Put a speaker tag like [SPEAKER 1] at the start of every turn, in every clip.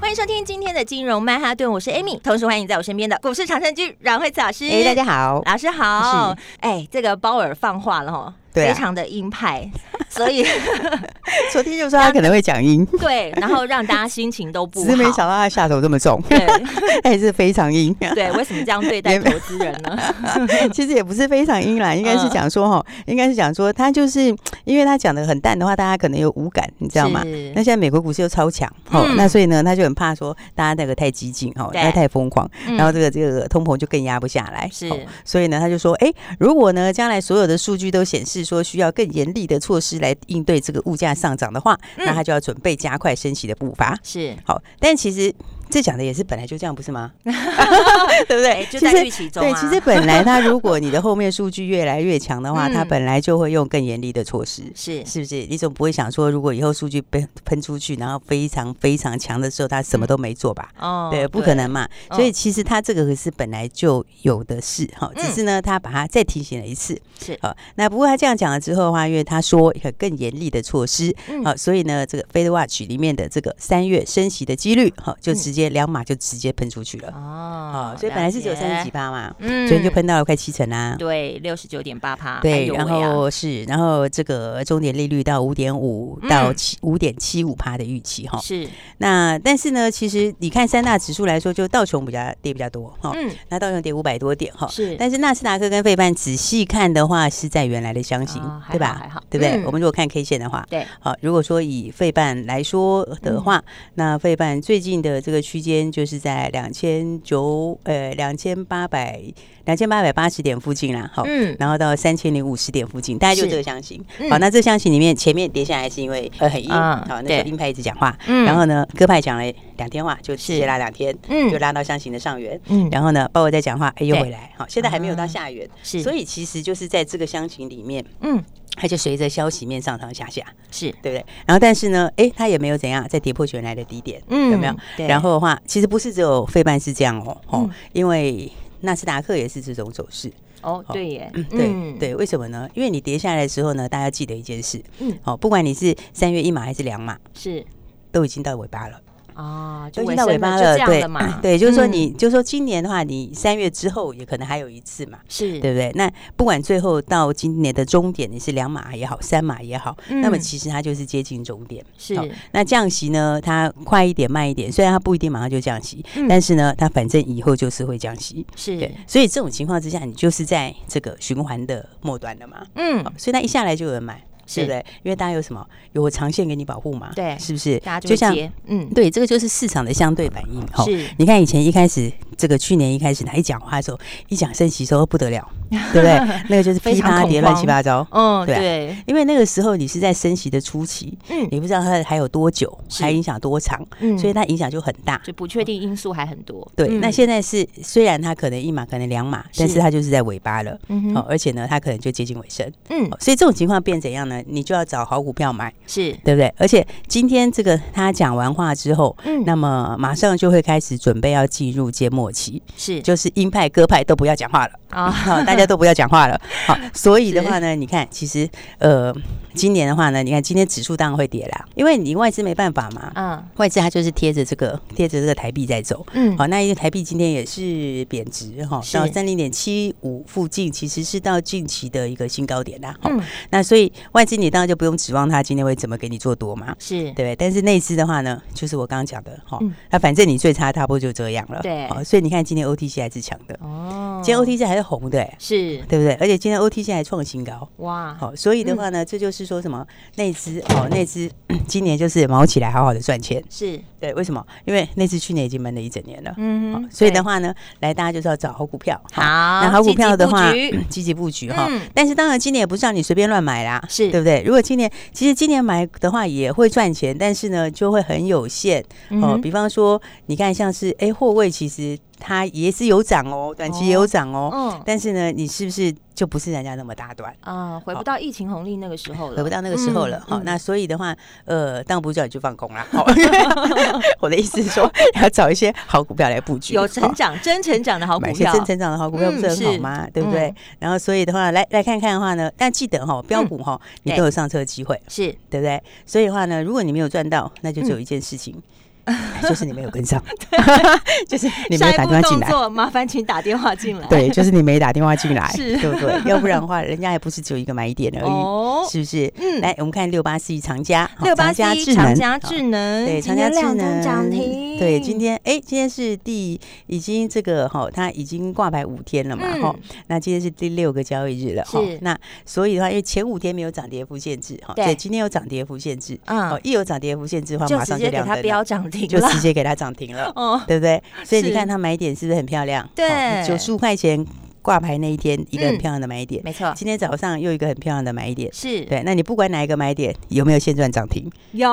[SPEAKER 1] 欢迎收听今天的金融曼哈顿，我是 Amy，同时欢迎在我身边的股市长生居阮惠慈老师。
[SPEAKER 2] 嗯哎、大家好，
[SPEAKER 1] 老师好。哎、这个鲍尔放话了哈，
[SPEAKER 2] 对啊
[SPEAKER 1] 非常的鹰派， 所以
[SPEAKER 2] 昨天就说他可能会 讲阴，
[SPEAKER 1] 对，然后让大家心情都不
[SPEAKER 2] 只
[SPEAKER 1] 好。
[SPEAKER 2] 是没想到他下手这 么重，
[SPEAKER 1] 对
[SPEAKER 2] 还是非常 阴。
[SPEAKER 1] 对，为什么这样对待
[SPEAKER 2] 也没
[SPEAKER 1] 投资人 呢？
[SPEAKER 2] 其实也不是非常阴啦，应该是
[SPEAKER 1] 嗯
[SPEAKER 2] 讲说哈，应该是讲说他就是因为他讲的很淡的话，大家可能有无感，你知道吗？哎
[SPEAKER 1] 是
[SPEAKER 2] 那现在美国股市又超强，哦，
[SPEAKER 1] 嗯
[SPEAKER 2] 那所以呢，他就很怕说大家那个太激进，哦，
[SPEAKER 1] 对
[SPEAKER 2] 大家太疯狂，
[SPEAKER 1] 嗯
[SPEAKER 2] 然后这个这个通膨就更压不下来，
[SPEAKER 1] 是
[SPEAKER 2] 哦所以呢，他就说，哎，如果呢将来所有的数据都显示说需要更严厉的措施来应对这个物价上涨的话，那
[SPEAKER 1] 嗯
[SPEAKER 2] 他就要准备加快升息的步伐。
[SPEAKER 1] 是，
[SPEAKER 2] 好，但其实这讲的也是本来就这样，不 是吗？对不对？
[SPEAKER 1] 哎，就在预期中
[SPEAKER 2] 对，
[SPEAKER 1] 啊。
[SPEAKER 2] 其实本来它如果你的后面数据越来越强的话，它
[SPEAKER 1] 嗯
[SPEAKER 2] 本来就会用更严厉的措施。
[SPEAKER 1] 是
[SPEAKER 2] 是不是？你总不会想说，如果以后数据被喷出去，然后非常非常强的时候，它什么都没做吧？
[SPEAKER 1] 嗯哦
[SPEAKER 2] 对，不可能嘛。
[SPEAKER 1] 嗯
[SPEAKER 2] 所以其实它这个是本来就有的事哈，
[SPEAKER 1] 嗯
[SPEAKER 2] 只是呢，他把它再提醒了一次。
[SPEAKER 1] 是
[SPEAKER 2] 好，那不过他这样讲了之后的话，因为他说有更严厉的措施，
[SPEAKER 1] 嗯
[SPEAKER 2] 好，所以呢，这个 Fed Watch 里面的这个三月升息的几率，好，就
[SPEAKER 1] 嗯
[SPEAKER 2] 直接两码就直接喷出去了。
[SPEAKER 1] 哦
[SPEAKER 2] 啊，所以本来是只有三十几
[SPEAKER 1] 几，
[SPEAKER 2] 趴嘛，
[SPEAKER 1] 嗯
[SPEAKER 2] 昨天就喷到了快七成啦、
[SPEAKER 1] 对六十九点八趴，哎
[SPEAKER 2] 对，
[SPEAKER 1] 呦
[SPEAKER 2] 然
[SPEAKER 1] 喂啊
[SPEAKER 2] 后是，然后这个终点利率到五点五
[SPEAKER 1] 嗯
[SPEAKER 2] 到七五点七五趴的预期哈。
[SPEAKER 1] 是
[SPEAKER 2] 那但是呢，其实你看三大指数来说，就道琼比较跌比较多哈，
[SPEAKER 1] 嗯
[SPEAKER 2] 那道琼跌五百多点哈。
[SPEAKER 1] 是
[SPEAKER 2] 但是纳斯达克跟费半仔细看的话，是在原来的箱型
[SPEAKER 1] 啊，还
[SPEAKER 2] 对
[SPEAKER 1] 好还
[SPEAKER 2] 吧
[SPEAKER 1] 好？
[SPEAKER 2] 对不对
[SPEAKER 1] 嗯？
[SPEAKER 2] 我们如果看 K 线的话，
[SPEAKER 1] 对嗯
[SPEAKER 2] 好，如果说以费半来说的话，那费半最近的这个区间就是在两千九呃两千八百两千八百八十点附近啦，好，
[SPEAKER 1] 嗯
[SPEAKER 2] 然后到三千零五十点附近，大概就是这个箱型。
[SPEAKER 1] 嗯
[SPEAKER 2] 好，那这箱型里面前面跌下来是因为呃很硬，
[SPEAKER 1] 啊
[SPEAKER 2] 好，那
[SPEAKER 1] 对
[SPEAKER 2] 个鹰派一直讲话，
[SPEAKER 1] 嗯
[SPEAKER 2] 然后呢，鸽派讲了两天话，就直接拉两天，
[SPEAKER 1] 嗯
[SPEAKER 2] 就拉到箱型的上缘。
[SPEAKER 1] 嗯
[SPEAKER 2] 然后呢，包括在讲话，哎，又
[SPEAKER 1] 对啊
[SPEAKER 2] 回来，好，现在还没有到下缘，
[SPEAKER 1] 是
[SPEAKER 2] 所以其实就是在这个箱型里面，
[SPEAKER 1] 嗯
[SPEAKER 2] 它就随着消息面上上下下，
[SPEAKER 1] 是
[SPEAKER 2] 对不对？然后但是呢，哎，它也没有怎样，再跌破原来的低点，
[SPEAKER 1] 嗯
[SPEAKER 2] 有没有？
[SPEAKER 1] 对
[SPEAKER 2] 然后的话，其实不是只有费半是这样哦，哦，
[SPEAKER 1] 嗯
[SPEAKER 2] 因为纳斯达克也是这种走势，
[SPEAKER 1] 哦
[SPEAKER 2] 好
[SPEAKER 1] 对耶
[SPEAKER 2] 嗯，
[SPEAKER 1] 嗯
[SPEAKER 2] 对对，为什么呢？因为你跌下来的时候呢，大家要记得一件事，
[SPEAKER 1] 嗯
[SPEAKER 2] 哦，不管你是三月一码还是两码，
[SPEAKER 1] 是
[SPEAKER 2] 都已经到尾巴了，
[SPEAKER 1] 啊，
[SPEAKER 2] 都
[SPEAKER 1] 就
[SPEAKER 2] 已经
[SPEAKER 1] 尾声了
[SPEAKER 2] 到尾巴
[SPEAKER 1] 就这样
[SPEAKER 2] 对
[SPEAKER 1] 了嘛，
[SPEAKER 2] 对，就是说
[SPEAKER 1] 嗯
[SPEAKER 2] 你，就是说今年的话，你三月之后也可能还有一次嘛，
[SPEAKER 1] 是
[SPEAKER 2] 对不对？那不管最后到今年的终点，你是两码也好，三码也好，那么
[SPEAKER 1] 嗯
[SPEAKER 2] 其实它就是接近终点。
[SPEAKER 1] 是
[SPEAKER 2] 好那降息呢，它快一点、慢一点，虽然它不一定马上就降息，
[SPEAKER 1] 嗯
[SPEAKER 2] 但是呢，它反正以后就是会降息。
[SPEAKER 1] 是
[SPEAKER 2] 对，所以这种情况之下，你就是在这个循环的末端了嘛。
[SPEAKER 1] 嗯
[SPEAKER 2] 好所以它一下来就有人买，
[SPEAKER 1] 是
[SPEAKER 2] 对不对？因为大家有什么有我长线给你保护嘛，
[SPEAKER 1] 对
[SPEAKER 2] 是不是？
[SPEAKER 1] 大家就
[SPEAKER 2] 就
[SPEAKER 1] 会
[SPEAKER 2] 像
[SPEAKER 1] 接嗯
[SPEAKER 2] 对，这个就是市场的相对反应。吼
[SPEAKER 1] 是
[SPEAKER 2] 你看以前一开始，这个去年一开始，他一讲话的时候，一讲升息的时候不 得了，对不对？那个就是
[SPEAKER 1] 非
[SPEAKER 2] 噼
[SPEAKER 1] 常
[SPEAKER 2] 啪
[SPEAKER 1] 恐
[SPEAKER 2] 跌乱
[SPEAKER 1] 慌
[SPEAKER 2] 七八糟。
[SPEAKER 1] 嗯
[SPEAKER 2] 对啊
[SPEAKER 1] 对
[SPEAKER 2] 因为那个时候你是在升息的初期，
[SPEAKER 1] 嗯
[SPEAKER 2] 你不知道它还有多久，
[SPEAKER 1] 是
[SPEAKER 2] 还影响多长，
[SPEAKER 1] 嗯
[SPEAKER 2] 所以它影响就很大。
[SPEAKER 1] 就不确定因素还很多
[SPEAKER 2] 对，
[SPEAKER 1] 嗯
[SPEAKER 2] 那现在是虽然它可能一码，可能两码，但
[SPEAKER 1] 是
[SPEAKER 2] 是它就是在尾巴了，
[SPEAKER 1] 嗯
[SPEAKER 2] 哦
[SPEAKER 1] 哼，
[SPEAKER 2] 而且呢，它可能就接近尾声，
[SPEAKER 1] 嗯
[SPEAKER 2] 哦所以这种情况变怎样呢？你就要找好股票买，
[SPEAKER 1] 是
[SPEAKER 2] 对不对？而且今天这个他讲完话之后，
[SPEAKER 1] 嗯
[SPEAKER 2] 那么马上就会开始准备要进入揭末期，
[SPEAKER 1] 是
[SPEAKER 2] 就是鹰派鸽派都不要讲话了。
[SPEAKER 1] 啊
[SPEAKER 2] 好，大家都不要讲话了。好，所以的话呢，你看，其实呃，今年的话呢，你看今天指数当然会跌啦，因为你外资没办法嘛，
[SPEAKER 1] 嗯
[SPEAKER 2] 外资它就是贴着这个贴着这个台币在走。
[SPEAKER 1] 嗯
[SPEAKER 2] 好，那因为台币今天也是贬值哈，
[SPEAKER 1] 是
[SPEAKER 2] 到三零点七五附近，其实是到近期的一个新高点啦。好，
[SPEAKER 1] 嗯
[SPEAKER 2] 那所以外资你当然就不用指望它今天会怎么给你做多嘛，
[SPEAKER 1] 是
[SPEAKER 2] 对不对？但是内资的话呢，就是我刚刚讲的哈
[SPEAKER 1] 嗯，
[SPEAKER 2] 那反正你最差差不多就这样了。
[SPEAKER 1] 对
[SPEAKER 2] 好，所以你看今天 OTC 还是强的，
[SPEAKER 1] 哦
[SPEAKER 2] 今天 OTC 还是红的、欸。
[SPEAKER 1] 是
[SPEAKER 2] 对不对？而且今天 OTC 还创新高，
[SPEAKER 1] 哇嗯
[SPEAKER 2] 好、所以的话呢，这就是说什么那只哦，那只 今年就是毛起来好好的赚钱。
[SPEAKER 1] 是，
[SPEAKER 2] 对，为什么？因为那只去年已经闷了一整年了。
[SPEAKER 1] 嗯
[SPEAKER 2] 好
[SPEAKER 1] 哼，
[SPEAKER 2] 所以的
[SPEAKER 1] 对，
[SPEAKER 2] 话呢，来大家就是要找好股票。
[SPEAKER 1] 好
[SPEAKER 2] 那好股票的话
[SPEAKER 1] 积极布局，
[SPEAKER 2] 积极布局哈
[SPEAKER 1] 嗯。
[SPEAKER 2] 但是当然，今年也不是让你随便乱买啦，
[SPEAKER 1] 是
[SPEAKER 2] 对不对？如果今年其实今年买的话也会赚钱，但是呢就会很有限
[SPEAKER 1] 嗯
[SPEAKER 2] 哦
[SPEAKER 1] 哼。
[SPEAKER 2] 比方说，你看像是哎货位，其实它也是有涨哦，短期也有涨哦，
[SPEAKER 1] 嗯，
[SPEAKER 2] 但是呢，你是不是就不是人家那么大段？
[SPEAKER 1] 啊，回不到疫情红利那个时候了，
[SPEAKER 2] 回不到那个时候了，
[SPEAKER 1] 嗯
[SPEAKER 2] 好、
[SPEAKER 1] 嗯
[SPEAKER 2] 那所以的话，呃，当然不叫你去放空啦。好，哦 我的意思是说，要找一些好股票来布局，
[SPEAKER 1] 有
[SPEAKER 2] 好
[SPEAKER 1] 成长、真成长的好哦股
[SPEAKER 2] 买一些
[SPEAKER 1] 票，
[SPEAKER 2] 真成长的好股票
[SPEAKER 1] 嗯
[SPEAKER 2] 不是很好
[SPEAKER 1] 是
[SPEAKER 2] 吗？对不对？
[SPEAKER 1] 嗯
[SPEAKER 2] 然后所以的话，来来看看的话呢，但记得哈、标股哈、
[SPEAKER 1] 嗯
[SPEAKER 2] 你
[SPEAKER 1] 对
[SPEAKER 2] 都有上车机会，
[SPEAKER 1] 是
[SPEAKER 2] 对不对？所以的话呢，如果你没有赚到，那就只有一件 事情。哎就是你没有跟上， 就是 你没
[SPEAKER 1] 下
[SPEAKER 2] 有
[SPEAKER 1] 一
[SPEAKER 2] 打
[SPEAKER 1] 步
[SPEAKER 2] 电话
[SPEAKER 1] 动
[SPEAKER 2] 进来，
[SPEAKER 1] 作，麻烦请打电话进来。
[SPEAKER 2] 对，就是你没打电话进来，
[SPEAKER 1] 是
[SPEAKER 2] 对不对？要不然的话，人家也不是只有一个买点而已，
[SPEAKER 1] 哦，
[SPEAKER 2] 是不是？
[SPEAKER 1] 嗯
[SPEAKER 2] 来，我们看六八四一长嘉，好
[SPEAKER 1] 六八
[SPEAKER 2] 长嘉
[SPEAKER 1] 七长嘉智能，嗯
[SPEAKER 2] 对，
[SPEAKER 1] 今
[SPEAKER 2] 长嘉
[SPEAKER 1] 天
[SPEAKER 2] 智
[SPEAKER 1] 亮灯
[SPEAKER 2] 能
[SPEAKER 1] 涨停，
[SPEAKER 2] 对，今天哎，今天是第已经这个哈，它已经挂牌五天了嘛哈、
[SPEAKER 1] 嗯
[SPEAKER 2] 那今天是第六个交易日了哈
[SPEAKER 1] 是。
[SPEAKER 2] 那所以的话，因为前五天没有涨跌幅限制哈，
[SPEAKER 1] 对
[SPEAKER 2] 所以今天有涨跌幅限制，
[SPEAKER 1] 嗯
[SPEAKER 2] 哦，一有涨跌幅限制的话，
[SPEAKER 1] 就
[SPEAKER 2] 马
[SPEAKER 1] 直
[SPEAKER 2] 上
[SPEAKER 1] 接
[SPEAKER 2] 就
[SPEAKER 1] 给
[SPEAKER 2] 亮
[SPEAKER 1] 它
[SPEAKER 2] 灯
[SPEAKER 1] 标
[SPEAKER 2] 了，
[SPEAKER 1] 涨停
[SPEAKER 2] 就
[SPEAKER 1] 了，
[SPEAKER 2] 直接给它涨停了，
[SPEAKER 1] 哦，
[SPEAKER 2] 对不对？所以你
[SPEAKER 1] 是
[SPEAKER 2] 看它买点是不是很漂亮？哦
[SPEAKER 1] 对
[SPEAKER 2] 九十五块钱挂牌那一天，一个
[SPEAKER 1] 嗯
[SPEAKER 2] 很漂亮的买点。
[SPEAKER 1] 没错，
[SPEAKER 2] 今天早上又一个很漂亮的买点。
[SPEAKER 1] 是
[SPEAKER 2] 对，那你不管哪一个买点有没有现赚涨停，
[SPEAKER 1] 有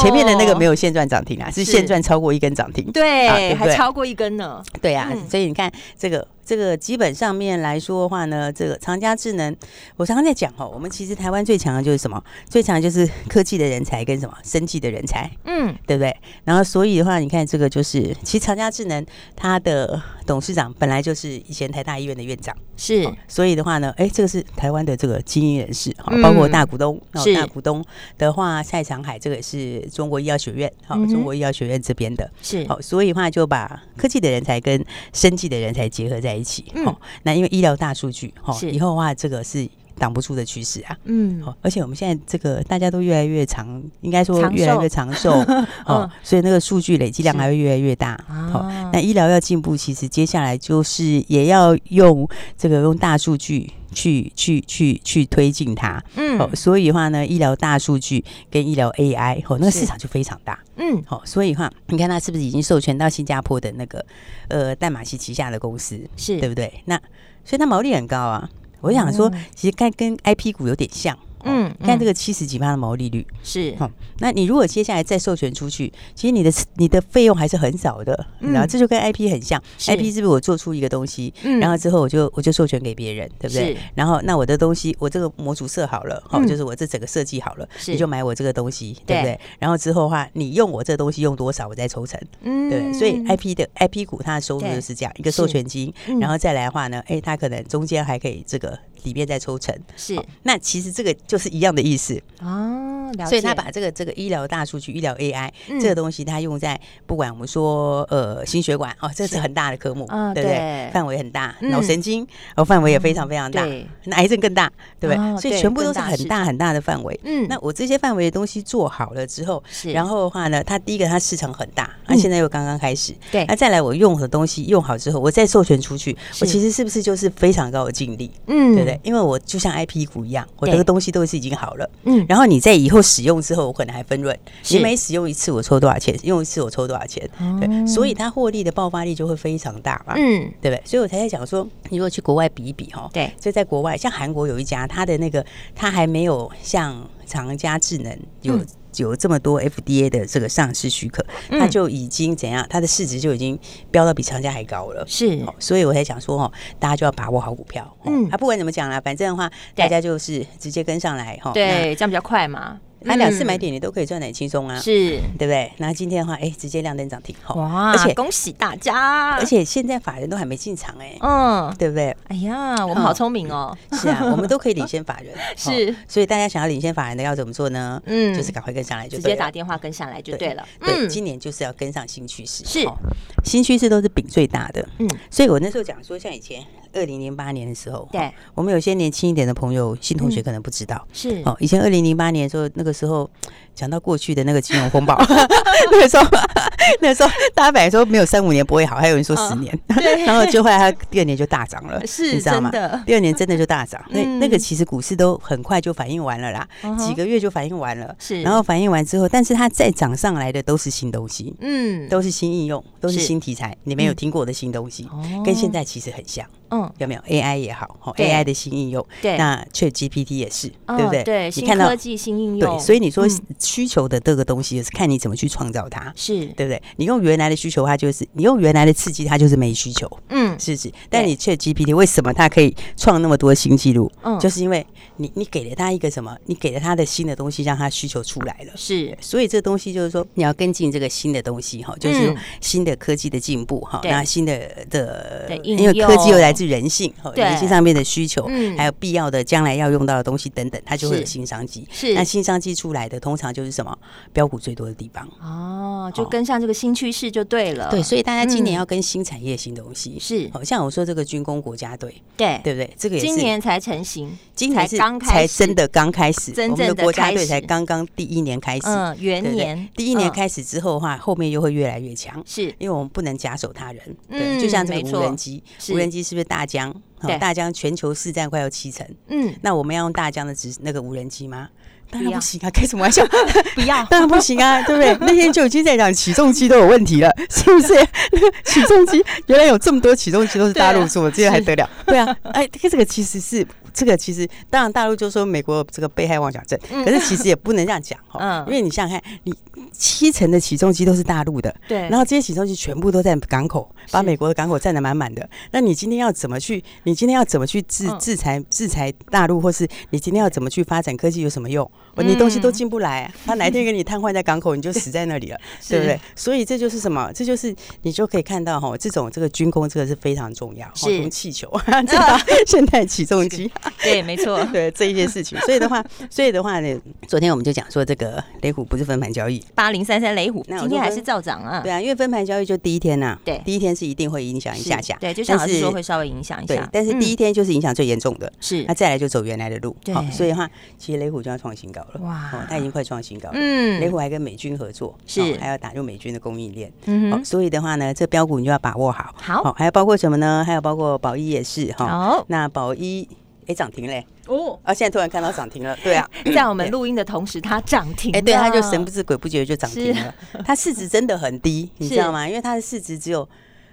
[SPEAKER 2] 前面的那个没有现赚涨停啊，哦是
[SPEAKER 1] 是
[SPEAKER 2] 现赚超过一根涨停。啊
[SPEAKER 1] 对，
[SPEAKER 2] 对不
[SPEAKER 1] 还
[SPEAKER 2] 对
[SPEAKER 1] 超过一根呢，
[SPEAKER 2] 对啊，
[SPEAKER 1] 嗯
[SPEAKER 2] 所以你看这个这个基本上面来说的话呢，这个长嘉智能，我常常在讲哦，我们其实台湾最强的就是什么？最强的就是科技的人才跟什么生技的人才，
[SPEAKER 1] 嗯，
[SPEAKER 2] 对不对？然后所以的话，你看这个就是，其实长嘉智能它的董事长本来就是以前台大医院的院长。
[SPEAKER 1] 是
[SPEAKER 2] 哦所以的话呢，哎，这个是台湾的这个精英人士，哈
[SPEAKER 1] 嗯，
[SPEAKER 2] 包括大股东，哦
[SPEAKER 1] 是
[SPEAKER 2] 大股东的话，蔡长海这个也是中国医药学院，好、
[SPEAKER 1] 嗯哼
[SPEAKER 2] 中国医药学院这边的，
[SPEAKER 1] 是
[SPEAKER 2] 好、所以的话就把科技的人才跟生技的人才结合在一起，
[SPEAKER 1] 嗯
[SPEAKER 2] 哦，那因为医疗大数据，哈、
[SPEAKER 1] 是
[SPEAKER 2] 以后的话这个是挡不住的趋势啊。
[SPEAKER 1] 嗯
[SPEAKER 2] 哦，而且我们现在这个大家都越来越长，应该说
[SPEAKER 1] 长寿
[SPEAKER 2] 越来越 长寿
[SPEAKER 1] 嗯
[SPEAKER 2] 哦，所以那个数据累积量
[SPEAKER 1] 是
[SPEAKER 2] 还会越来越大。好、
[SPEAKER 1] 啊
[SPEAKER 2] 那医疗要进步，其实接下来就是也要用这个用大数据去去去去推进它。哦，
[SPEAKER 1] 嗯
[SPEAKER 2] 所以的话呢，医疗大数据跟医疗 AI，哦，那个
[SPEAKER 1] 是
[SPEAKER 2] 市场就非常大。
[SPEAKER 1] 嗯
[SPEAKER 2] 哦，所以的话，你看它是不是已经授权到新加坡的那个呃淡马锡旗下的公司，对
[SPEAKER 1] 是
[SPEAKER 2] 不对？那所以它毛利很高啊。我想说
[SPEAKER 1] 哦，
[SPEAKER 2] 其实看跟 IP 股有点像。
[SPEAKER 1] 嗯
[SPEAKER 2] 嗯，看
[SPEAKER 1] 嗯
[SPEAKER 2] 这个七十几趴的毛利率，
[SPEAKER 1] 是
[SPEAKER 2] 好，那你如果接下来再授权出去，其实你的你的费用还是很少的，
[SPEAKER 1] 嗯
[SPEAKER 2] 然后这就跟 IP 很像
[SPEAKER 1] 是
[SPEAKER 2] ，IP 是不是我做出一个东西，
[SPEAKER 1] 嗯
[SPEAKER 2] 然后之后我就我就授权给别人，对不对？
[SPEAKER 1] 是
[SPEAKER 2] 然后那我的东西，我这个模组设好了，好、
[SPEAKER 1] 嗯
[SPEAKER 2] 就是我这整个设计好了，
[SPEAKER 1] 是
[SPEAKER 2] 你就买我这个东西，
[SPEAKER 1] 对
[SPEAKER 2] 对不对？然后之后的话，你用我这东西用多少，我再抽成，
[SPEAKER 1] 嗯
[SPEAKER 2] 对不对？所以 IP 的 IP 股它的收入
[SPEAKER 1] 对
[SPEAKER 2] 就是这样一个
[SPEAKER 1] 是
[SPEAKER 2] 授权金，
[SPEAKER 1] 嗯
[SPEAKER 2] 然后再来的话呢，哎，它可能中间还可以这个里面再抽成，
[SPEAKER 1] 是
[SPEAKER 2] 好那其实这个就是一样的意思。
[SPEAKER 1] 啊，了
[SPEAKER 2] 所
[SPEAKER 1] 解
[SPEAKER 2] 以他把这个这个医疗大数据、医疗 AI、
[SPEAKER 1] 嗯
[SPEAKER 2] 这个东西，它用在不管我们说呃心血管哦，这
[SPEAKER 1] 是
[SPEAKER 2] 是很大的科目，
[SPEAKER 1] 啊
[SPEAKER 2] 对不
[SPEAKER 1] 对
[SPEAKER 2] 对？范围很大，
[SPEAKER 1] 嗯
[SPEAKER 2] 脑神经哦范围也非常非常大，
[SPEAKER 1] 对
[SPEAKER 2] 那癌症更大，对不对？
[SPEAKER 1] 哦
[SPEAKER 2] 所以
[SPEAKER 1] 对
[SPEAKER 2] 全部都
[SPEAKER 1] 更
[SPEAKER 2] 是
[SPEAKER 1] 大市
[SPEAKER 2] 很大
[SPEAKER 1] 场
[SPEAKER 2] 很大的范围。
[SPEAKER 1] 嗯
[SPEAKER 2] 那我这些范围的东西做好了之后，
[SPEAKER 1] 是
[SPEAKER 2] 然后的话呢，它第一个它市场很大，那、
[SPEAKER 1] 嗯
[SPEAKER 2] 现在又刚刚开始，
[SPEAKER 1] 对
[SPEAKER 2] 那再来我用的东西用好之后，我再授权出去，我
[SPEAKER 1] 是
[SPEAKER 2] 其实是不是就是非常高的净利，
[SPEAKER 1] 嗯
[SPEAKER 2] 对不对？因为我就像 IP 股一样，我
[SPEAKER 1] 对
[SPEAKER 2] 这个东西都是已经好了。
[SPEAKER 1] 嗯
[SPEAKER 2] 然后你在以后使用之后，我可能还分润。
[SPEAKER 1] 是
[SPEAKER 2] 你每使用一次，我抽多少钱？用一次我抽多少钱？对，所以它获利的爆发力就会非常大嘛，
[SPEAKER 1] 哦嗯
[SPEAKER 2] 对不对？所以我才在讲说，你如果去国外比一比哈，
[SPEAKER 1] 对
[SPEAKER 2] 所以在国外，像韩国有一家，它的那个它还没有像长嘉智能有、
[SPEAKER 1] 嗯
[SPEAKER 2] 有这么多 FDA 的这个上市许可，它
[SPEAKER 1] 嗯
[SPEAKER 2] 就已经怎样，它的市值就已经飙到比长嘉还高了。
[SPEAKER 1] 是
[SPEAKER 2] 哦所以我才想说哦，大家就要把握好股票。哦、
[SPEAKER 1] 嗯
[SPEAKER 2] 啊，不管怎么讲啦，反正的话，
[SPEAKER 1] 对
[SPEAKER 2] 大家就是直接跟上来哈。哦那
[SPEAKER 1] 对这样比较快嘛，
[SPEAKER 2] 它两次
[SPEAKER 1] 嗯
[SPEAKER 2] 买点你都可以赚得很轻松啊，
[SPEAKER 1] 是
[SPEAKER 2] 对不对？那今天的话，哎，直接亮灯涨停，好，
[SPEAKER 1] 哇，
[SPEAKER 2] 而且
[SPEAKER 1] 恭喜大家，
[SPEAKER 2] 而且现在法人都还没进场，哎，
[SPEAKER 1] 嗯，
[SPEAKER 2] 对不对？
[SPEAKER 1] 哎呀，我们
[SPEAKER 2] 嗯
[SPEAKER 1] 好聪明哦，
[SPEAKER 2] 是啊， 我们都可以领先法人，好
[SPEAKER 1] 是
[SPEAKER 2] 所以大家想要领先法人的要怎么做呢？
[SPEAKER 1] 嗯
[SPEAKER 2] 就是赶快跟上来就
[SPEAKER 1] 直
[SPEAKER 2] 对
[SPEAKER 1] 接
[SPEAKER 2] 了
[SPEAKER 1] 打。电话跟下来就对了，
[SPEAKER 2] 对，
[SPEAKER 1] 嗯
[SPEAKER 2] 今年就是要跟上新趋势，
[SPEAKER 1] 是
[SPEAKER 2] 好新趋势都是饼最大的，
[SPEAKER 1] 嗯，
[SPEAKER 2] 所以我那时候讲说，像以前二零零八年的时候，
[SPEAKER 1] 对，
[SPEAKER 2] 我们有些年轻一点的朋友、新同学
[SPEAKER 1] 嗯
[SPEAKER 2] 可能不知道，
[SPEAKER 1] 是
[SPEAKER 2] 哦，以 前二零零八年的时候，那个时候 讲到过去的那个金融风暴，那个时候那时候大家本来说没有三五年不会好，还有人说十年，
[SPEAKER 1] 啊对
[SPEAKER 2] 然后就后来它第二年就大涨 了，
[SPEAKER 1] 是
[SPEAKER 2] 你知道吗
[SPEAKER 1] 真的？
[SPEAKER 2] 第二年真的就 大涨，那
[SPEAKER 1] 嗯
[SPEAKER 2] 那个其实股市都很快就反应完了啦，
[SPEAKER 1] 嗯哼
[SPEAKER 2] 几个月就反应完了，
[SPEAKER 1] 是，
[SPEAKER 2] 然后反应完之后，但是它再涨上来的都是新东西，
[SPEAKER 1] 嗯，
[SPEAKER 2] 都是新应用，都是
[SPEAKER 1] 是嗯
[SPEAKER 2] 新题材，你没有听过的新东西，
[SPEAKER 1] 哦
[SPEAKER 2] 跟现在其实很像，
[SPEAKER 1] 嗯
[SPEAKER 2] 有没有？AI 也好哦
[SPEAKER 1] 对
[SPEAKER 2] ，AI 的新应用，
[SPEAKER 1] 对
[SPEAKER 2] 那 ChatGPT 也是，
[SPEAKER 1] 嗯
[SPEAKER 2] 对不对？
[SPEAKER 1] 对，
[SPEAKER 2] 你
[SPEAKER 1] 新
[SPEAKER 2] 看到
[SPEAKER 1] 科技新应用，
[SPEAKER 2] 对，所
[SPEAKER 1] 以
[SPEAKER 2] 以你说
[SPEAKER 1] 嗯
[SPEAKER 2] 需求的这个东西，是看你怎么去创造它。
[SPEAKER 1] 是，
[SPEAKER 2] 对不对？你用原来的需求，它就是你用原来的刺激，它就是没需求，
[SPEAKER 1] 嗯
[SPEAKER 2] 是不是？但你 Chat GPT 为什么它可以创那么多新纪录？
[SPEAKER 1] 嗯，
[SPEAKER 2] 就是因为你你给了它一个什么？你给了它的新的东西，让它需求出来了。
[SPEAKER 1] 是
[SPEAKER 2] 所以这东西就是说，你要跟进这个新的东西哈，就是
[SPEAKER 1] 嗯
[SPEAKER 2] 新的科技的进步哈，
[SPEAKER 1] 对
[SPEAKER 2] 那新的的
[SPEAKER 1] 的，应
[SPEAKER 2] 因为科技又
[SPEAKER 1] 用
[SPEAKER 2] 来自人性哈，
[SPEAKER 1] 对
[SPEAKER 2] 人性上面的需求
[SPEAKER 1] 嗯，
[SPEAKER 2] 还有必要的将来要用到的东西等等，它就会有
[SPEAKER 1] 是
[SPEAKER 2] 新商机。
[SPEAKER 1] 是
[SPEAKER 2] 那新商机出来的通常就是什么标股最多的地方。
[SPEAKER 1] 哦，就
[SPEAKER 2] 好
[SPEAKER 1] 跟上这个新趋势就对了，
[SPEAKER 2] 对，所以大家今年
[SPEAKER 1] 嗯
[SPEAKER 2] 要跟新产业、新东西，
[SPEAKER 1] 是
[SPEAKER 2] 好像我说这个军工国家队，
[SPEAKER 1] 对
[SPEAKER 2] 对不对？这个也是
[SPEAKER 1] 今年才成型，
[SPEAKER 2] 今年
[SPEAKER 1] 才
[SPEAKER 2] 是
[SPEAKER 1] 刚开
[SPEAKER 2] 才
[SPEAKER 1] 始
[SPEAKER 2] 真的刚开始，
[SPEAKER 1] 真
[SPEAKER 2] 我们
[SPEAKER 1] 正
[SPEAKER 2] 的
[SPEAKER 1] 的
[SPEAKER 2] 国家
[SPEAKER 1] 开
[SPEAKER 2] 队才
[SPEAKER 1] 始
[SPEAKER 2] 刚刚第一年开始，
[SPEAKER 1] 嗯，元
[SPEAKER 2] 对不对
[SPEAKER 1] 年
[SPEAKER 2] 第一年
[SPEAKER 1] 嗯
[SPEAKER 2] 开始之后的话，后面又会越来越强。
[SPEAKER 1] 是
[SPEAKER 2] 因为我们不能假手他人，
[SPEAKER 1] 嗯
[SPEAKER 2] 对，就像这
[SPEAKER 1] 没
[SPEAKER 2] 个
[SPEAKER 1] 错
[SPEAKER 2] 无人机，
[SPEAKER 1] 是
[SPEAKER 2] 无人机是不是大疆？好
[SPEAKER 1] 对
[SPEAKER 2] 大疆全球市占快要七成，
[SPEAKER 1] 嗯，
[SPEAKER 2] 那我们要用大疆的直那个无人机吗？当然
[SPEAKER 1] 不要
[SPEAKER 2] 不行啊，开什么玩笑？
[SPEAKER 1] 不要
[SPEAKER 2] 当然不行啊， 对不对？那天就已经在讲起重机都有问题了，是不是？起重机原来有这么多起重机都是大
[SPEAKER 1] 啊
[SPEAKER 2] 陆做的，这还得了？对啊，哎，这个这个其实是这个其实，当然大陆就说美国有这个被害妄想症，
[SPEAKER 1] 嗯
[SPEAKER 2] 可是其实也不能这样讲哈，
[SPEAKER 1] 嗯
[SPEAKER 2] 因为你想想看，你七成的起重机都是大陆的，
[SPEAKER 1] 对，
[SPEAKER 2] 然后这些起重机全部都在港口，把
[SPEAKER 1] 是
[SPEAKER 2] 美国的港口占得满满的。那你今天要怎么去？你今天要怎么去制
[SPEAKER 1] 嗯
[SPEAKER 2] 制裁制裁大陆，或是你今天要怎么去发展科技有什么用？你东西都
[SPEAKER 1] 嗯
[SPEAKER 2] 进不来，啊他哪一天给你瘫痪在港口，你就死在那里了，对不
[SPEAKER 1] 是
[SPEAKER 2] 对？所以这就是什么？这就是你就可以看到哈，这种这个军工这个是非常重要，
[SPEAKER 1] 是
[SPEAKER 2] 从气球 这到现代起 重机，
[SPEAKER 1] 对，没错，
[SPEAKER 2] 对这一些事情。所以的话，所以的话呢，昨天我们就讲说这个雷虎不是分盘交易，
[SPEAKER 1] 八零三三雷虎
[SPEAKER 2] 那我
[SPEAKER 1] 今天
[SPEAKER 2] 就
[SPEAKER 1] 还
[SPEAKER 2] 跟
[SPEAKER 1] 是照涨啊
[SPEAKER 2] 对，啊，因为分盘交易就第一天呐、
[SPEAKER 1] 对
[SPEAKER 2] 第一天是一定会影响一
[SPEAKER 1] 是
[SPEAKER 2] 下下，
[SPEAKER 1] 对，就像
[SPEAKER 2] 但
[SPEAKER 1] 老师
[SPEAKER 2] 是
[SPEAKER 1] 说会稍微影响一
[SPEAKER 2] 对
[SPEAKER 1] 下，，
[SPEAKER 2] 但是第一
[SPEAKER 1] 嗯
[SPEAKER 2] 啊天就是影响最严重的，
[SPEAKER 1] 是
[SPEAKER 2] 那再来就走原来的路，哦
[SPEAKER 1] 对
[SPEAKER 2] 所以的话，其实雷虎就要创新高了，
[SPEAKER 1] 哇
[SPEAKER 2] 哦，它已经快创新高了，
[SPEAKER 1] 嗯
[SPEAKER 2] 雷虎还跟美军合作，
[SPEAKER 1] 是
[SPEAKER 2] 哦还要打入美军的供应链，
[SPEAKER 1] 嗯
[SPEAKER 2] 哦
[SPEAKER 1] 哼，
[SPEAKER 2] 所以的话呢，这标股你就要把握好，
[SPEAKER 1] 好
[SPEAKER 2] 哦还有包括什么呢？还有包括宝一也是哈，
[SPEAKER 1] 好
[SPEAKER 2] 那宝一哎涨停嘞，
[SPEAKER 1] 哦，
[SPEAKER 2] 啊，现在突然看到涨停了，对啊，
[SPEAKER 1] 在我们录音的同时，它涨停了，
[SPEAKER 2] 哎、对，它就神不知鬼不觉就涨停
[SPEAKER 1] 是
[SPEAKER 2] 了。 它市值真的很低， 你知
[SPEAKER 1] 是
[SPEAKER 2] 道吗？因为它的市值只有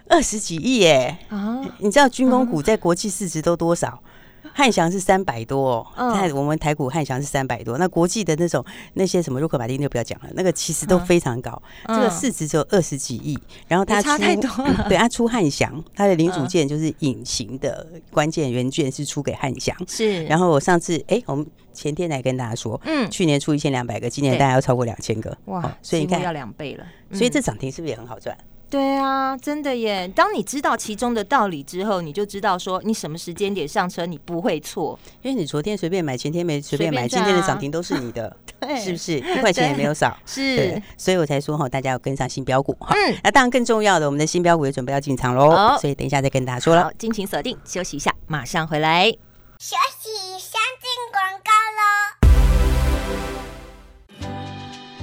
[SPEAKER 2] 二十几亿耶。
[SPEAKER 1] 啊，
[SPEAKER 2] 你知道军工股在国际市值都多少？汉翔是三百多哦，
[SPEAKER 1] 嗯
[SPEAKER 2] 看、我们台股汉翔是三百多，那国际的那种那些什么入口马丁就不要讲了，那个其实都非常高，这个
[SPEAKER 1] 嗯
[SPEAKER 2] 市值只有二十几亿，然后它
[SPEAKER 1] 也差
[SPEAKER 2] 出
[SPEAKER 1] 太多了
[SPEAKER 2] 对，它出汉翔，它的零组
[SPEAKER 1] 嗯
[SPEAKER 2] 件就是隐形的关键元件是出给汉翔，
[SPEAKER 1] 是，
[SPEAKER 2] 然
[SPEAKER 1] 后
[SPEAKER 2] 后我上次哎、我们前天来跟大家说，
[SPEAKER 1] 嗯
[SPEAKER 2] 去年出一千两百个，今年
[SPEAKER 1] 对
[SPEAKER 2] 大概要超过两千个，哦
[SPEAKER 1] 哇，
[SPEAKER 2] 所以你
[SPEAKER 1] 几乎要
[SPEAKER 2] 看，
[SPEAKER 1] 两倍了，
[SPEAKER 2] 所以
[SPEAKER 1] 嗯
[SPEAKER 2] 这涨停是不是也很好赚？
[SPEAKER 1] 对啊，真的耶！当你知道其中的道理之后，你就知道说你什么时间点上车你不会错，
[SPEAKER 2] 因为你昨天随便买，前天没随
[SPEAKER 1] 便
[SPEAKER 2] 便买，
[SPEAKER 1] 赚
[SPEAKER 2] 今
[SPEAKER 1] 啊
[SPEAKER 2] 天的涨停都是你的，
[SPEAKER 1] 对
[SPEAKER 2] 是不是？一块钱也没有少，
[SPEAKER 1] 是，，
[SPEAKER 2] 所以我才说哈，大家要跟上新标股哈。
[SPEAKER 1] 嗯，
[SPEAKER 2] 那当然更重要的，我们的新标股也准备要进场喽
[SPEAKER 1] 好，
[SPEAKER 2] 所以等一下再跟大家说了
[SPEAKER 1] 好，。尽情锁定，休息一下，马上回来。
[SPEAKER 3] 学习先进广告喽。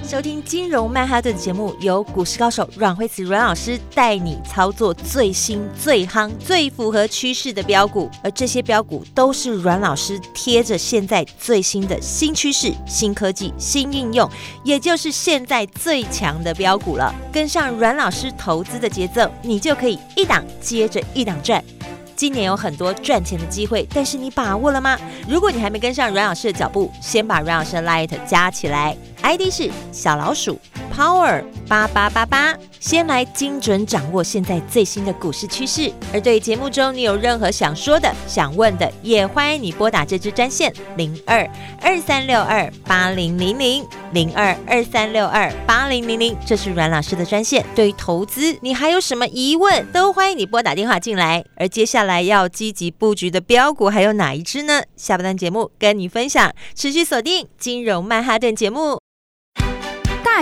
[SPEAKER 1] 收听金融曼哈顿节目，由股市高手阮慧慈阮老师带你操作最新、最夯、最符合趋势的标股，而这些标股都是阮老师贴着现在最新的新趋势、新科技、新应用，也就是现在最强的标股了。跟上阮老师投资的节奏，你就可以一档接着一档赚。今年有很多赚钱的机会，但是你把握了吗？如果你还没跟上阮老师的脚步，先把阮老师的 Light 加起来，ID 是小老鼠 Power 八八八八，先来精准掌握现在最新的股市趋势。而对于节目中你有任何想说的、想问的，也欢迎你拨打这支专线零二二三六二八零零零零二二三六二八零零零，这是阮老师的专线。对于投资，你还有什么疑问，都欢迎你拨打电话进来。而接下来要积极布局的标股还有哪一支呢？下半段节目跟你分享，持续锁定金融曼哈顿节目。大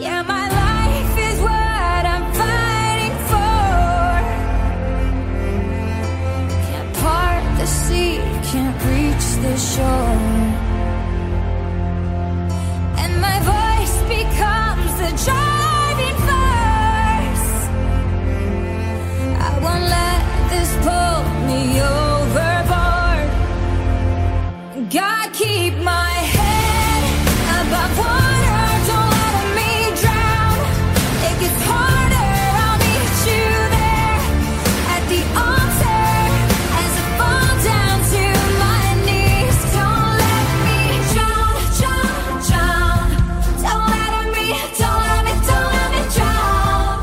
[SPEAKER 4] Yeah, my life is what I'm fighting for. Can't part the sea, can't reach the shore. And my voice becomes the driving force. I won't let this pull me overboard. God keep my head above water. Don't let me drown. It gets harder. I'll meet you there at the altar as I fall down to my knees. Don't let me drown, drown, drown. Don't let me, don't let me, don't let me drown.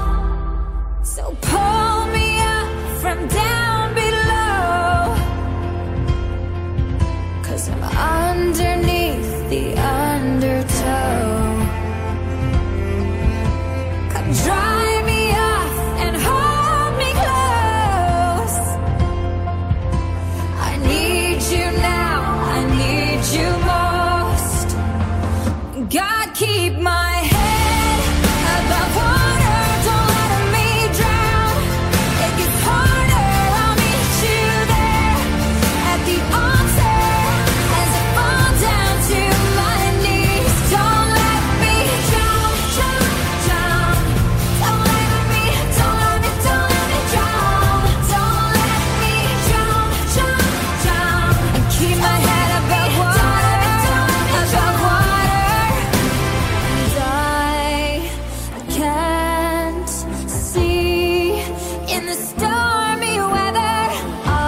[SPEAKER 4] So pull me up from down below. Cause I'm underneath the undertow. Come dry me off and hold me close. I need you now, I need you most. God keep my head above water. Don't let me drown. It gets harder. I'll meet you there at the altar as I fall down to my knees. Don't let me drown, drown, drown. Don't let me, don't let me, don't let me drown. Don't let me drown, drown, drown. And keep my head above water, above water and I can't see in the stormy weather. I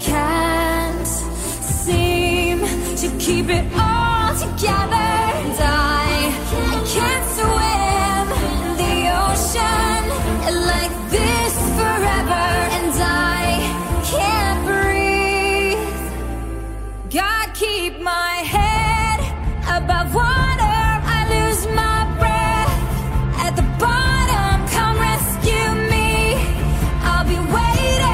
[SPEAKER 4] can't seem to keep it all together. And I, I can't swim in the ocean like this forever. And I can't breathe. God keep my head above water. I lose my breath at the bottom. Come rescue me. I'll be waiting.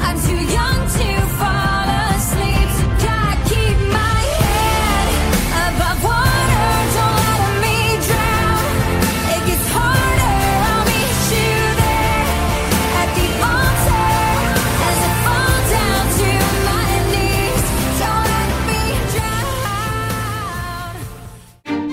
[SPEAKER 4] I'm too young to fall asleep. So God keep my head above water. Don't let me drown. It gets harder. I'll meet you there at the altar as I fall down to my knees. Don't let me drown.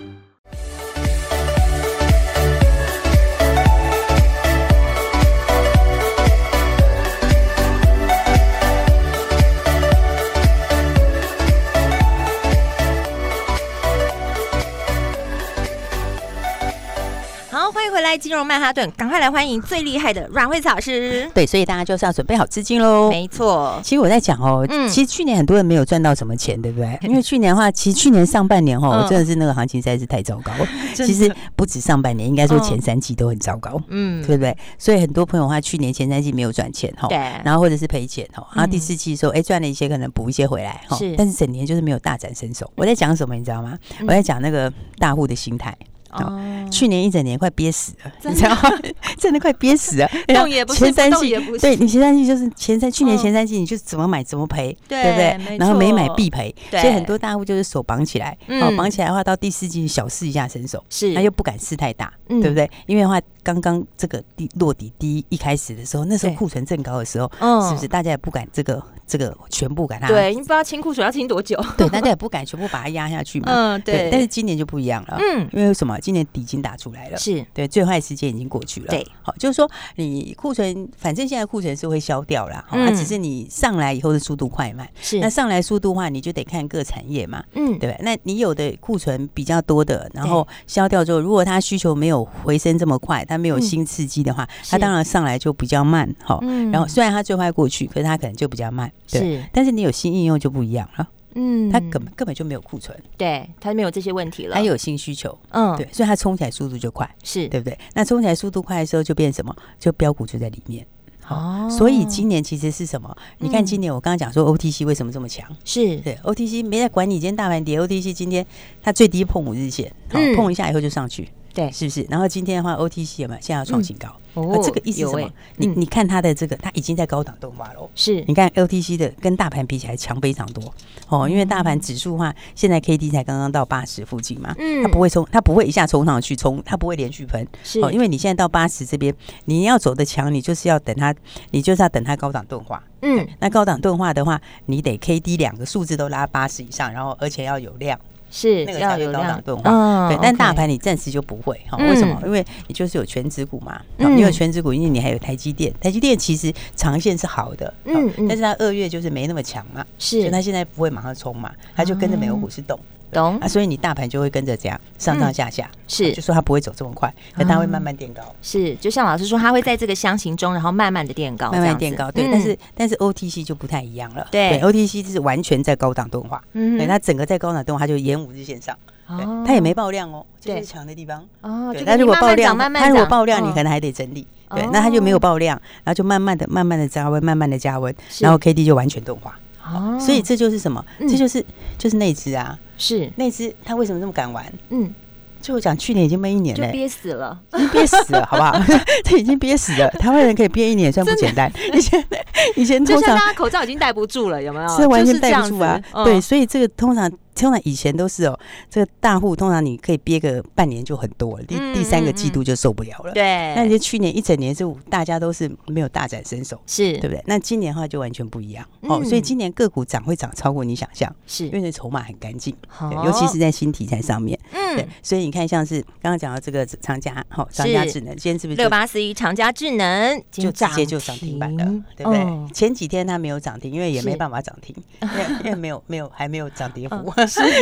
[SPEAKER 1] 好，欢迎回来，来金融曼哈顿，赶快来欢迎最厉害的阮慧草老师。
[SPEAKER 2] 对，所以大家就是要准备好资金喽。
[SPEAKER 1] 没错，
[SPEAKER 2] 其实我在讲哦，
[SPEAKER 1] 嗯
[SPEAKER 2] 其实去年很多人没有赚到什么钱，对不对？因为去年的话，其实去年上半年哦，
[SPEAKER 1] 嗯哦
[SPEAKER 2] 真的是那个行情实在是太糟糕。
[SPEAKER 1] 真的
[SPEAKER 2] 其实不止上半年，应该说
[SPEAKER 1] 嗯
[SPEAKER 2] 前三季都很糟糕，
[SPEAKER 1] 嗯，
[SPEAKER 2] 对不对？所以很多朋友的话，去年前三季没有赚钱哈，
[SPEAKER 1] 对
[SPEAKER 2] 然后或者是赔钱哈，然后第
[SPEAKER 1] 嗯
[SPEAKER 2] 四季说哎赚了一些，可能补一些回来哈
[SPEAKER 1] 是，嗯
[SPEAKER 2] 但是整年就是没有大展身手。我在讲什么，你知道吗？我在讲那个大户的心态。
[SPEAKER 1] 哦，
[SPEAKER 2] 去年一整年快憋死了，
[SPEAKER 1] 真
[SPEAKER 2] 你
[SPEAKER 1] 的
[SPEAKER 2] 知道吗？ 真的快憋死 了，
[SPEAKER 1] 动也不是
[SPEAKER 2] 前三
[SPEAKER 1] 不动
[SPEAKER 2] 季
[SPEAKER 1] 也不是
[SPEAKER 2] 对你前三季就是前三去年
[SPEAKER 1] 嗯
[SPEAKER 2] 前三季你就怎么买怎么赔，
[SPEAKER 1] 对
[SPEAKER 2] 不
[SPEAKER 1] 没
[SPEAKER 2] 对？然后没买
[SPEAKER 1] 错
[SPEAKER 2] 必赔，
[SPEAKER 1] 对
[SPEAKER 2] 所以很多大户就是手绑起来，哦
[SPEAKER 1] 嗯，
[SPEAKER 2] 绑起来的话到第四季小试一下身手，
[SPEAKER 1] 是
[SPEAKER 2] 他又不敢试太大，
[SPEAKER 1] 嗯
[SPEAKER 2] 对不对？因为的话刚刚这个第落底第一一开始的时候，那时候
[SPEAKER 1] 对
[SPEAKER 2] 库存正高的时候，
[SPEAKER 1] 嗯
[SPEAKER 2] 是不是大家也不敢这个这个全部给它
[SPEAKER 1] 对，你不知道清库水要清多久。
[SPEAKER 2] 对，大家也不敢全部把它压下去嘛，
[SPEAKER 1] 嗯对
[SPEAKER 2] 但是今年就不一样了，
[SPEAKER 1] 嗯
[SPEAKER 2] 因为为什么？今年底已经打出来了，
[SPEAKER 1] 是
[SPEAKER 2] 对，最坏时间已经过去了。
[SPEAKER 1] 对，
[SPEAKER 2] 好，就是说你库存，反正现在库存是会消掉啦，好、那
[SPEAKER 1] 嗯
[SPEAKER 2] 只是你上来以后的速度快慢。
[SPEAKER 1] 是
[SPEAKER 2] 那上来速度的话，你就得看各产业嘛，
[SPEAKER 1] 嗯，
[SPEAKER 2] 对吧？那你有的库存比较多的，然后消掉之后，如果它需求没有回升这么快，它没有
[SPEAKER 1] 嗯
[SPEAKER 2] 新刺激的话，
[SPEAKER 1] 是
[SPEAKER 2] 它当然上来就比较慢，好、
[SPEAKER 1] 嗯
[SPEAKER 2] 然后虽然它最快过去，可是它可能就比较慢，对。
[SPEAKER 1] 是
[SPEAKER 2] 但是你有新应用就不一样了，
[SPEAKER 1] 嗯
[SPEAKER 2] 它根本根本就没有库存，
[SPEAKER 1] 对他没有这些问题了。
[SPEAKER 2] 它有新需求，
[SPEAKER 1] 嗯，
[SPEAKER 2] 哎对，所以它冲起来速度就快。
[SPEAKER 1] 是
[SPEAKER 2] 对不对？那冲起来速度快的时候，就变什么？就标股就在里面。
[SPEAKER 1] 哦
[SPEAKER 2] 所以今年其实是什么？你看
[SPEAKER 1] 嗯
[SPEAKER 2] 今年我刚刚讲说 OTC 为什么这么强？
[SPEAKER 1] 是
[SPEAKER 2] 对，OTC 没在管你今天大盘跌，OTC 今天它最低碰五日线，好
[SPEAKER 1] 嗯
[SPEAKER 2] 碰一下以后就上去，
[SPEAKER 1] 对
[SPEAKER 2] 是不是？然后今天的话，OTC 有没有现在要创新高？
[SPEAKER 1] 哦
[SPEAKER 2] 啊这个意思是
[SPEAKER 1] 有
[SPEAKER 2] 什么
[SPEAKER 1] 欸？
[SPEAKER 2] 你
[SPEAKER 1] 嗯
[SPEAKER 2] 你看它的这个，它已经在高档动画喽。
[SPEAKER 1] 是
[SPEAKER 2] 你看 LTC 的跟大盘比起来强非常多哦，因为大盘指数的话，现在 K D 才刚刚到八十附近嘛，
[SPEAKER 1] 嗯
[SPEAKER 2] 它不会冲，它不会一下冲上去冲，它不会连续喷，哦
[SPEAKER 1] 是
[SPEAKER 2] 因为你现在到八十这边，你要走的强，你就是要等它，你就是要等它高档钝化。
[SPEAKER 1] 嗯
[SPEAKER 2] 那高档钝化的话，你得 K D 两个数字都拉八十以上，然后而且要有量，
[SPEAKER 1] 是
[SPEAKER 2] 那个
[SPEAKER 1] 要
[SPEAKER 2] 才会
[SPEAKER 1] 有
[SPEAKER 2] 高档
[SPEAKER 1] 量
[SPEAKER 2] 钝，化。
[SPEAKER 1] 嗯
[SPEAKER 2] 对，但大
[SPEAKER 1] OK
[SPEAKER 2] 盘你暂时就不会哈、
[SPEAKER 1] 嗯
[SPEAKER 2] 为什么？因为你就是有全指股嘛，哦
[SPEAKER 1] 嗯
[SPEAKER 2] 你有全指股，因为你还有台积电，台积电其实长线是好的，哦
[SPEAKER 1] 嗯嗯
[SPEAKER 2] 但是它二月就是没那么强嘛，所以
[SPEAKER 1] 是哦
[SPEAKER 2] 它现在不会马上冲嘛，它就跟着美国股市动、
[SPEAKER 1] 懂嗯
[SPEAKER 2] 啊，所以你大盘就会跟着这样上上下下，
[SPEAKER 1] 是哦
[SPEAKER 2] 就说它不会走这么快，可它会慢慢垫高。
[SPEAKER 1] 是，就像老师说，它会在这个箱型中，然后慢慢的垫高，
[SPEAKER 2] 慢
[SPEAKER 1] 这
[SPEAKER 2] 慢
[SPEAKER 1] 样
[SPEAKER 2] 垫
[SPEAKER 1] 子
[SPEAKER 2] 高，对，
[SPEAKER 1] 嗯
[SPEAKER 2] 但是但是 OTC 就不太一样了，
[SPEAKER 1] 对
[SPEAKER 2] ，OTC 就是完全在高档钝化，
[SPEAKER 1] 嗯
[SPEAKER 2] 对，它整个在高档钝化就沿五日线上，对
[SPEAKER 1] 哦，
[SPEAKER 2] 它也没爆量哦，这
[SPEAKER 1] 对
[SPEAKER 2] 是强的地方，
[SPEAKER 1] 哦，
[SPEAKER 2] 对，
[SPEAKER 1] 就
[SPEAKER 2] 那
[SPEAKER 1] 跟
[SPEAKER 2] 如
[SPEAKER 1] 你
[SPEAKER 2] 果
[SPEAKER 1] 慢
[SPEAKER 2] 爆
[SPEAKER 1] 慢
[SPEAKER 2] 量，
[SPEAKER 1] 涨，慢
[SPEAKER 2] 它
[SPEAKER 1] 慢
[SPEAKER 2] 如果
[SPEAKER 1] 涨
[SPEAKER 2] 爆量，你
[SPEAKER 1] 嗯
[SPEAKER 2] 可能还得整理。对
[SPEAKER 1] 哦，
[SPEAKER 2] 那它就没有爆量，然后就慢慢的、慢慢的加温，慢慢的加温，
[SPEAKER 1] 是
[SPEAKER 2] 然后 K D 就完全钝化。
[SPEAKER 1] 哦，
[SPEAKER 2] 所以这就是什么？
[SPEAKER 1] 嗯
[SPEAKER 2] 这就是就是那只啊，
[SPEAKER 1] 是
[SPEAKER 2] 那只它为什么这么敢玩？
[SPEAKER 1] 嗯，
[SPEAKER 2] 就我讲去年已经闷一年
[SPEAKER 1] 就
[SPEAKER 2] 了，
[SPEAKER 1] 憋死了，
[SPEAKER 2] 已经憋死了，好不好？这已经憋死了。台湾人可以憋一年也算不简单。以前以前
[SPEAKER 1] 就
[SPEAKER 2] 通
[SPEAKER 1] 像
[SPEAKER 2] 常
[SPEAKER 1] 大家口罩已经戴不住了，有没有？
[SPEAKER 2] 是完
[SPEAKER 1] 就这
[SPEAKER 2] 全带
[SPEAKER 1] 样
[SPEAKER 2] 不住啊
[SPEAKER 1] 子。嗯
[SPEAKER 2] 对，所以这个通常通常以前都是哦，这个大户通常你可以憋个半年就很多了，第
[SPEAKER 1] 嗯
[SPEAKER 2] 第三个
[SPEAKER 1] 嗯
[SPEAKER 2] 季度就受不了了。那
[SPEAKER 1] 对，
[SPEAKER 2] 就去年一整年是大家都是没有大展身手，
[SPEAKER 1] 是
[SPEAKER 2] 对不对？那今年的话就完全不一样、哦，
[SPEAKER 1] 嗯
[SPEAKER 2] 所以今年个股涨会涨超过你想象，因为
[SPEAKER 1] 是，
[SPEAKER 2] 那筹码很干净，对
[SPEAKER 1] 好
[SPEAKER 2] 尤其是在新题材上面。对
[SPEAKER 1] 嗯，，
[SPEAKER 2] 所以你看像是刚刚讲到这个长家，好、哦，长家智能今天是不是就
[SPEAKER 1] 六八四一长佳智能今
[SPEAKER 2] 就
[SPEAKER 1] 天
[SPEAKER 2] 直接就涨停板了，对不对？
[SPEAKER 1] 嗯
[SPEAKER 2] 前几天它没有涨停，因为也
[SPEAKER 1] 是
[SPEAKER 2] 没办法涨停，因为因为没有没有还没有涨跌幅，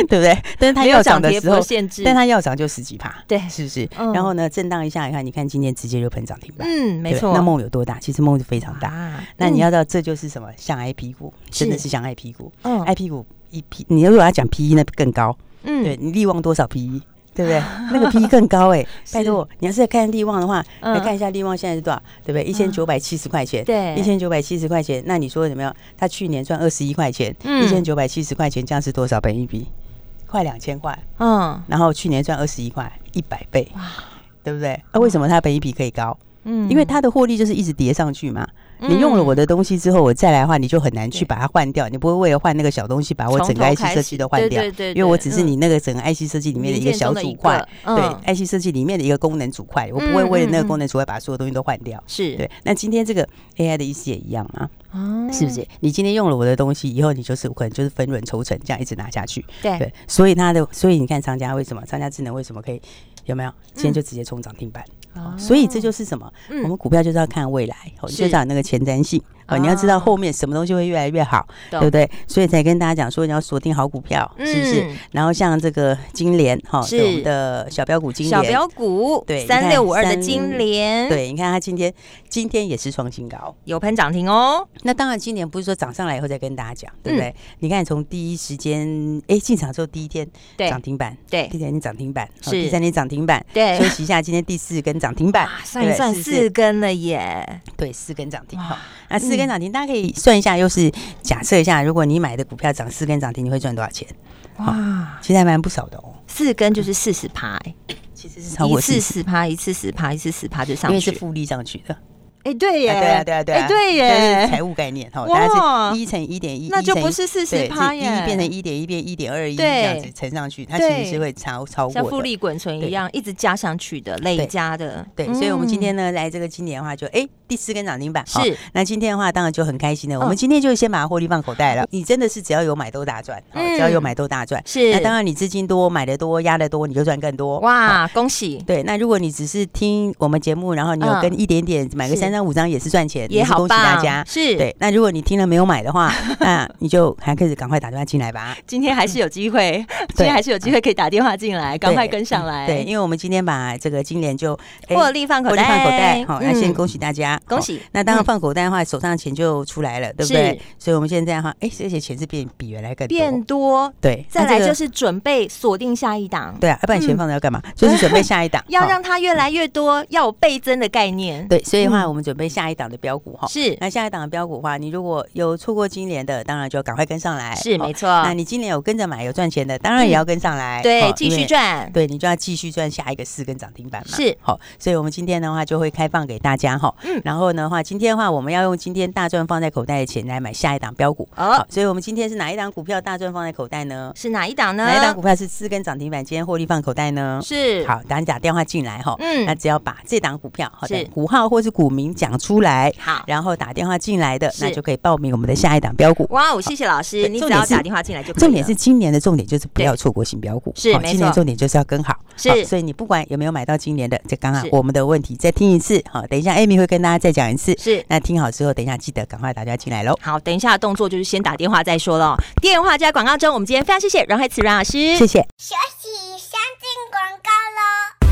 [SPEAKER 2] 对不对？但是
[SPEAKER 1] 嗯
[SPEAKER 2] 它
[SPEAKER 1] 没有
[SPEAKER 2] 要涨的
[SPEAKER 1] 涨跌
[SPEAKER 2] 时
[SPEAKER 1] 幅
[SPEAKER 2] 候
[SPEAKER 1] 的限制
[SPEAKER 2] 但它要涨就十几趴，
[SPEAKER 1] 对
[SPEAKER 2] 是不是？
[SPEAKER 1] 嗯
[SPEAKER 2] 然后呢，震荡一下，你看，你看今天直接就喷涨停板，
[SPEAKER 1] 嗯，没
[SPEAKER 2] 对不对
[SPEAKER 1] 错，
[SPEAKER 2] 那梦有多大？其实梦是非常大。
[SPEAKER 1] 啊
[SPEAKER 2] 那
[SPEAKER 1] 嗯
[SPEAKER 2] 你要知道，这就是什么？像 IP 股，真的
[SPEAKER 1] 是
[SPEAKER 2] 是像 IP 股
[SPEAKER 1] 嗯
[SPEAKER 2] ，IP 股一 P，你如果要讲 PE 那更高，
[SPEAKER 1] 嗯
[SPEAKER 2] 对你力旺多少 PE？对不对？那个 PE 更高哎，拜托，你要是看力旺的话，
[SPEAKER 1] 嗯
[SPEAKER 2] 来看一下力旺现在是多少，对不对？一千九百七十块钱，
[SPEAKER 1] 对
[SPEAKER 2] 一千九百七十块钱，那你说怎么样？他去年赚二十一块钱，
[SPEAKER 1] 嗯
[SPEAKER 2] 一千九百七十块钱，这样是多少本一比？快两千块，
[SPEAKER 1] 嗯
[SPEAKER 2] 然后去年赚二十一块，一百倍，对不对？那、为什么它本益比可以高？
[SPEAKER 1] 嗯
[SPEAKER 2] 因为它的获利就是一直叠上去嘛。你用了我的东西之后，我再来的话，你就很难去把它换掉。你不会为了换那个小东西，把我整
[SPEAKER 1] 从
[SPEAKER 2] 个
[SPEAKER 1] 头
[SPEAKER 2] IC
[SPEAKER 1] 开
[SPEAKER 2] 设
[SPEAKER 1] 始
[SPEAKER 2] 计都换掉，
[SPEAKER 1] 对对对对嗯
[SPEAKER 2] 因为我只是你那个整个 IC 设计里面的一个小
[SPEAKER 1] 零
[SPEAKER 2] 组
[SPEAKER 1] 件中
[SPEAKER 2] 块
[SPEAKER 1] 的，一个嗯
[SPEAKER 2] 对 IC 设计里面的一个功能组块，我不会为了那个功能组块把所有东西都换掉。
[SPEAKER 1] 是
[SPEAKER 2] 对，那今天这个 AI 的意思也一样嘛，
[SPEAKER 1] 哦
[SPEAKER 2] 是不是？你今天用了我的东西，以后你就是可能就是分润抽成，这样一直拿下去。
[SPEAKER 1] 对
[SPEAKER 2] 对，所以它的，所以你看商家为什么，商家智能为什么可以有没有？今天就直接冲涨停板。哦所以这就是什么？
[SPEAKER 1] 嗯
[SPEAKER 2] 我们股票就是要看未来，哦，你
[SPEAKER 1] 是
[SPEAKER 2] 就是要有那个前瞻性。哦，你要知道后面什么东西会越来越好，对不
[SPEAKER 1] 懂
[SPEAKER 2] 对？所以才跟大家讲说你要锁定好股票，是不是
[SPEAKER 1] 嗯？
[SPEAKER 2] 然后像这个金莲哈，
[SPEAKER 1] 是
[SPEAKER 2] 对我们的小标股金
[SPEAKER 1] 小
[SPEAKER 2] 莲
[SPEAKER 1] 标，股，
[SPEAKER 2] 对你
[SPEAKER 1] 三
[SPEAKER 2] 看
[SPEAKER 1] 六五二的
[SPEAKER 2] 三
[SPEAKER 1] 金莲，，
[SPEAKER 2] 对，你看它今天今天也是创新高。
[SPEAKER 1] 有喷涨停哦，
[SPEAKER 2] 那当然，今年不是说涨上来以后再跟大家讲，对
[SPEAKER 1] 嗯
[SPEAKER 2] 不对？你看从第一时间，哎，进场之后第一天
[SPEAKER 1] 对
[SPEAKER 2] 涨停板，
[SPEAKER 1] 对
[SPEAKER 2] 第二天涨停板，哦
[SPEAKER 1] 是
[SPEAKER 2] 第三天涨停板，
[SPEAKER 1] 对
[SPEAKER 2] 休息一下，今天第四根涨停板
[SPEAKER 1] 啊，，算一算
[SPEAKER 2] 对
[SPEAKER 1] 四，根了耶，
[SPEAKER 2] 对，四根涨停。
[SPEAKER 1] 哇嗯
[SPEAKER 2] 好，那四根涨停，大家可以算一下，又是假设一下，如果你买的股票涨四根涨停，你会赚多少钱？
[SPEAKER 1] 哇，
[SPEAKER 2] 其实还蛮不少的哦，
[SPEAKER 1] 四根就是四十趴，哎
[SPEAKER 2] 其实是超
[SPEAKER 1] 一
[SPEAKER 2] 过
[SPEAKER 1] 次
[SPEAKER 2] 四
[SPEAKER 1] 十趴，一次十趴，一次十趴就上
[SPEAKER 2] 因为是
[SPEAKER 1] 去，
[SPEAKER 2] 复利上去的。
[SPEAKER 1] 哎，对耶，
[SPEAKER 2] 啊对啊，对啊，对啊，
[SPEAKER 1] 哎，对
[SPEAKER 2] 这是
[SPEAKER 1] 耶，
[SPEAKER 2] 财务概念哈，
[SPEAKER 1] 哇
[SPEAKER 2] 大家是一乘一点一，
[SPEAKER 1] 那就
[SPEAKER 2] 1乘1
[SPEAKER 1] 不是40%耶
[SPEAKER 2] 一变成一点一变一点二一这
[SPEAKER 1] 对
[SPEAKER 2] 样子乘上去，它其
[SPEAKER 1] 对
[SPEAKER 2] 实是会超超过
[SPEAKER 1] 像
[SPEAKER 2] 的
[SPEAKER 1] 复利滚存一样，一直加上去的，累
[SPEAKER 2] 对
[SPEAKER 1] 加的，
[SPEAKER 2] 对，所以我们今
[SPEAKER 1] 嗯
[SPEAKER 2] 天呢，来这个今年的话就，哎第四根涨停板
[SPEAKER 1] 是
[SPEAKER 2] 哦那今天的话，当然就很开心了。
[SPEAKER 1] 嗯
[SPEAKER 2] 我们今天就先把获利放口袋了。你真的是只要有买都大赚，哦只要有
[SPEAKER 1] 嗯
[SPEAKER 2] 买都大赚。
[SPEAKER 1] 是
[SPEAKER 2] 那当然你资金多，买的多，压的多，你就赚更多。哦！
[SPEAKER 1] 哇，恭喜，
[SPEAKER 2] 对，那如果你只是听我们节目，然后你有
[SPEAKER 1] 嗯
[SPEAKER 2] 跟一点点买个
[SPEAKER 1] 是
[SPEAKER 2] 三张五张也是赚钱，
[SPEAKER 1] 也
[SPEAKER 2] 是
[SPEAKER 1] 好
[SPEAKER 2] 恭喜大
[SPEAKER 1] 棒，
[SPEAKER 2] 家。
[SPEAKER 1] 是，
[SPEAKER 2] 对，那如果你听了没有买 的话，那你就还可以赶快打电话进来吧。
[SPEAKER 1] 今天还是有机 会，今天还是有机会可以打电话进来，赶快跟上来，
[SPEAKER 2] 对，因为我们今天把这个金莲就哎
[SPEAKER 1] 获利放口
[SPEAKER 2] 获利
[SPEAKER 1] 袋，
[SPEAKER 2] 放口袋，好，那先
[SPEAKER 1] 嗯
[SPEAKER 2] 恭喜大家，
[SPEAKER 1] 恭
[SPEAKER 2] 好
[SPEAKER 1] 喜
[SPEAKER 2] 那
[SPEAKER 1] 嗯
[SPEAKER 2] 当然放口袋的话，手上钱就出来了，对不对
[SPEAKER 1] 是？
[SPEAKER 2] 所以我们现在的话，哎，而且钱是变比原来更多
[SPEAKER 1] 变多，
[SPEAKER 2] 对，
[SPEAKER 1] 再
[SPEAKER 2] 那这
[SPEAKER 1] 来
[SPEAKER 2] 个
[SPEAKER 1] 就是准备锁定下一档，
[SPEAKER 2] 对啊，要不
[SPEAKER 1] 嗯，
[SPEAKER 2] 然钱放着要干嘛？就是准备下一档
[SPEAKER 1] 要
[SPEAKER 2] 好嗯
[SPEAKER 1] 让它越来越多，要有倍增的概念，
[SPEAKER 2] 对，哎所以的话
[SPEAKER 1] 嗯
[SPEAKER 2] 我们准备下一档的标股哈。
[SPEAKER 1] 是
[SPEAKER 2] 那下一档的标股的话，你如果有错过今年的，当然就要赶快跟上来。
[SPEAKER 1] 是
[SPEAKER 2] 好
[SPEAKER 1] 没错，嗯
[SPEAKER 2] 那你今年有跟着买有赚钱的，当然也要跟上来，
[SPEAKER 1] 对
[SPEAKER 2] 好
[SPEAKER 1] 继续。
[SPEAKER 2] 因为
[SPEAKER 1] 赚，
[SPEAKER 2] 对你就要继续赚下一个四根涨停板嘛，
[SPEAKER 1] 是
[SPEAKER 2] 好，所以我们今天的话就会开放给大家哈，
[SPEAKER 1] 嗯
[SPEAKER 2] 然后呢话，今天的话我们要用今天大赚放在口袋的钱来买下一档标股，
[SPEAKER 1] 哦
[SPEAKER 2] 好，，所以我们今天是哪一档股票大赚放在口袋呢？
[SPEAKER 1] 是哪一档呢？
[SPEAKER 2] 哪一档股票是四根涨停板，今天获利放口袋呢？
[SPEAKER 1] 是
[SPEAKER 2] 好，打打电话进来哈，
[SPEAKER 1] 嗯
[SPEAKER 2] 那只要把这档股票好
[SPEAKER 1] 是
[SPEAKER 2] 的股号或是股名讲出来，
[SPEAKER 1] 好
[SPEAKER 2] 然后打电话进来的，
[SPEAKER 1] 是
[SPEAKER 2] 那就可以报名我们的下一档标股。
[SPEAKER 1] 哇哦，谢谢老师，
[SPEAKER 2] 对
[SPEAKER 1] 你只
[SPEAKER 2] 重
[SPEAKER 1] 要
[SPEAKER 2] 点是
[SPEAKER 1] 打电话进来就可以
[SPEAKER 2] 重点是
[SPEAKER 1] 了
[SPEAKER 2] 今年的重点就是不
[SPEAKER 1] 对
[SPEAKER 2] 要错过新标股，
[SPEAKER 1] 是
[SPEAKER 2] 好
[SPEAKER 1] 没
[SPEAKER 2] 今年
[SPEAKER 1] 错
[SPEAKER 2] 重点就是要跟好，
[SPEAKER 1] 是
[SPEAKER 2] 好所以你不管有没有买到今年的，这刚好
[SPEAKER 1] 是
[SPEAKER 2] 我们的问题再听一次，好，等一下 Amy 会跟大家再讲一次，
[SPEAKER 1] 是
[SPEAKER 2] 那听好之后，等一下记得赶快打电话进来喽，
[SPEAKER 1] 好，等一下的动作就是先打电话再说了哦。电话就在广告中，我们今天非常谢谢阮海慈阮老师，
[SPEAKER 2] 谢谢。
[SPEAKER 3] 学习相进广告喽。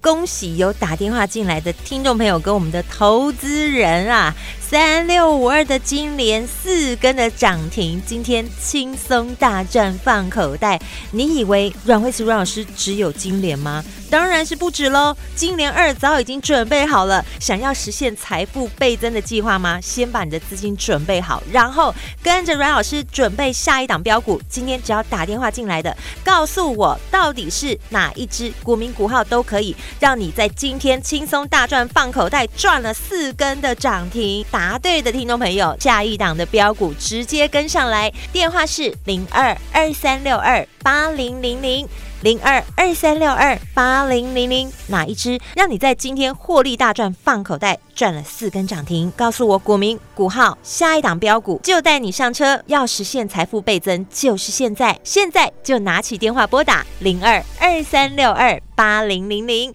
[SPEAKER 1] 恭喜有打电话进来的听众朋友跟我们的投资人啊，三六五二的金莲四根的涨停，今天轻松大赚放口袋。你以为阮慧慈阮老师只有金莲吗？当然是不止喽，金莲二早已经准备好了。想要实现财富倍增的计划吗？先把你的资金准备好，然后跟着阮老师准备下一档标股。今天只要打电话进来的，告诉我到底是哪一只股民股号都可以，让你在今天轻松大赚，放口袋赚了四根的涨停。答对的听众朋友，下一档的标股直接跟上来，电话是零二二三六二八零零零。零二二三六二八零零零，哪一支让你在今天获利大赚，放口袋赚了四根涨停？告诉我股民股号，下一档标股就带你上车。要实现财富倍增，就是现在，现在就拿起电话拨打零二二三六二八零零零。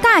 [SPEAKER 5] 大